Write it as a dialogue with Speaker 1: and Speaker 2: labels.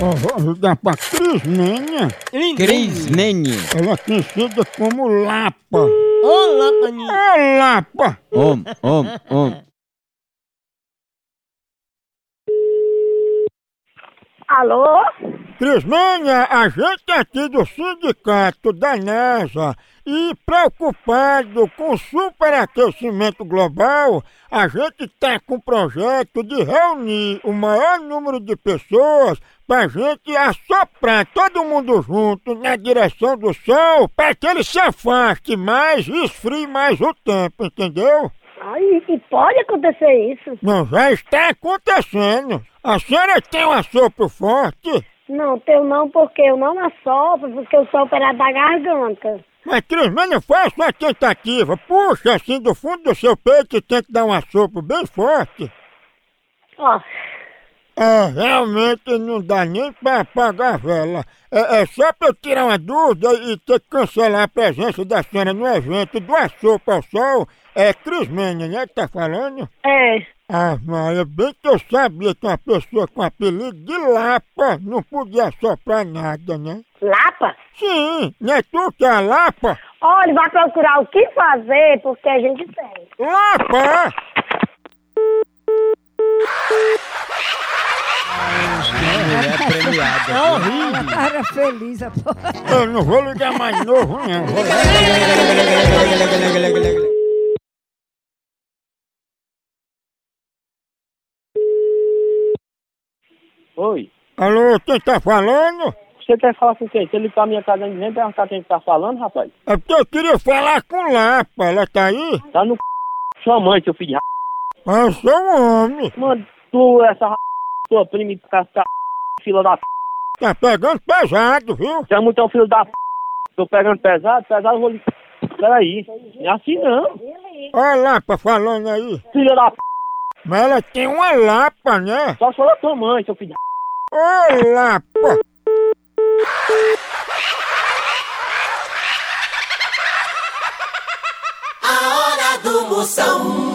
Speaker 1: Ó, vou ajudar pra Crisnenha.
Speaker 2: Cris Nene.
Speaker 1: Ela é conhecida como Lapa.
Speaker 3: Ô, Lapaninho.
Speaker 1: Ô, Lapa!
Speaker 2: Om, om, om.
Speaker 4: Alô?
Speaker 1: Crisnenha, a gente é aqui do sindicato da NASA e preocupado com o superaquecimento global, a gente está com o projeto de reunir o maior número de pessoas pra gente assoprar todo mundo junto na direção do sol para que ele se afaste mais e esfrie mais o tempo, entendeu?
Speaker 4: Ai, e pode acontecer isso?
Speaker 1: Não, já está acontecendo. A senhora tem um assopro forte,
Speaker 4: Não, teu não, porque eu não assopro, porque eu sou operada da garganta.
Speaker 1: mas Crismano, faça uma tentativa. Puxa assim do fundo do seu peito e tente dar um assopro bem forte.
Speaker 4: Ó,
Speaker 1: É, realmente não dá nem pra apagar a vela. É, é só pra eu tirar uma dúvida e ter que cancelar a presença da senhora no evento do assopro ao sol. É Crismania, né, que tá falando?
Speaker 4: é.
Speaker 1: Ah, Maria, bem que eu sabia que uma pessoa com apelido de Lapa não podia soprar nada, né?
Speaker 4: Lapa?
Speaker 1: Sim, não é tu que é a Lapa?
Speaker 4: Olha, vai procurar o que fazer, porque a gente tem.
Speaker 1: Lapa! é?
Speaker 2: Mulher premiada.
Speaker 5: Cara feliz, a porra.
Speaker 1: Eu não vou ligar mais novo, não. Vou-
Speaker 6: Oi.
Speaker 1: Alô, quem tá falando?
Speaker 6: Você quer falar com quem? Se ele tá minha casa, nem perguntar quem que tá falando, rapaz.
Speaker 1: É porque eu queria falar com Lapa, ela tá aí?
Speaker 6: Tá no c... Sua mãe, seu filho de r****.
Speaker 1: Ah, Eu sou um homem,
Speaker 6: Mano, tu, essa r****, sua prima, tá, tá fila da p.
Speaker 1: tá pegando pesado, viu?
Speaker 6: Você é muito um filho da p. Tô pegando pesado, pesado, eu vou lhe... Peraí. Não é assim não.
Speaker 1: Olha a Lapa falando aí.
Speaker 6: Filha da p.
Speaker 1: Mas ela tem uma Lapa, né?
Speaker 6: Só fala tua mãe, seu filho de r****.
Speaker 1: Ô, Lapa!
Speaker 7: A hora do Moção.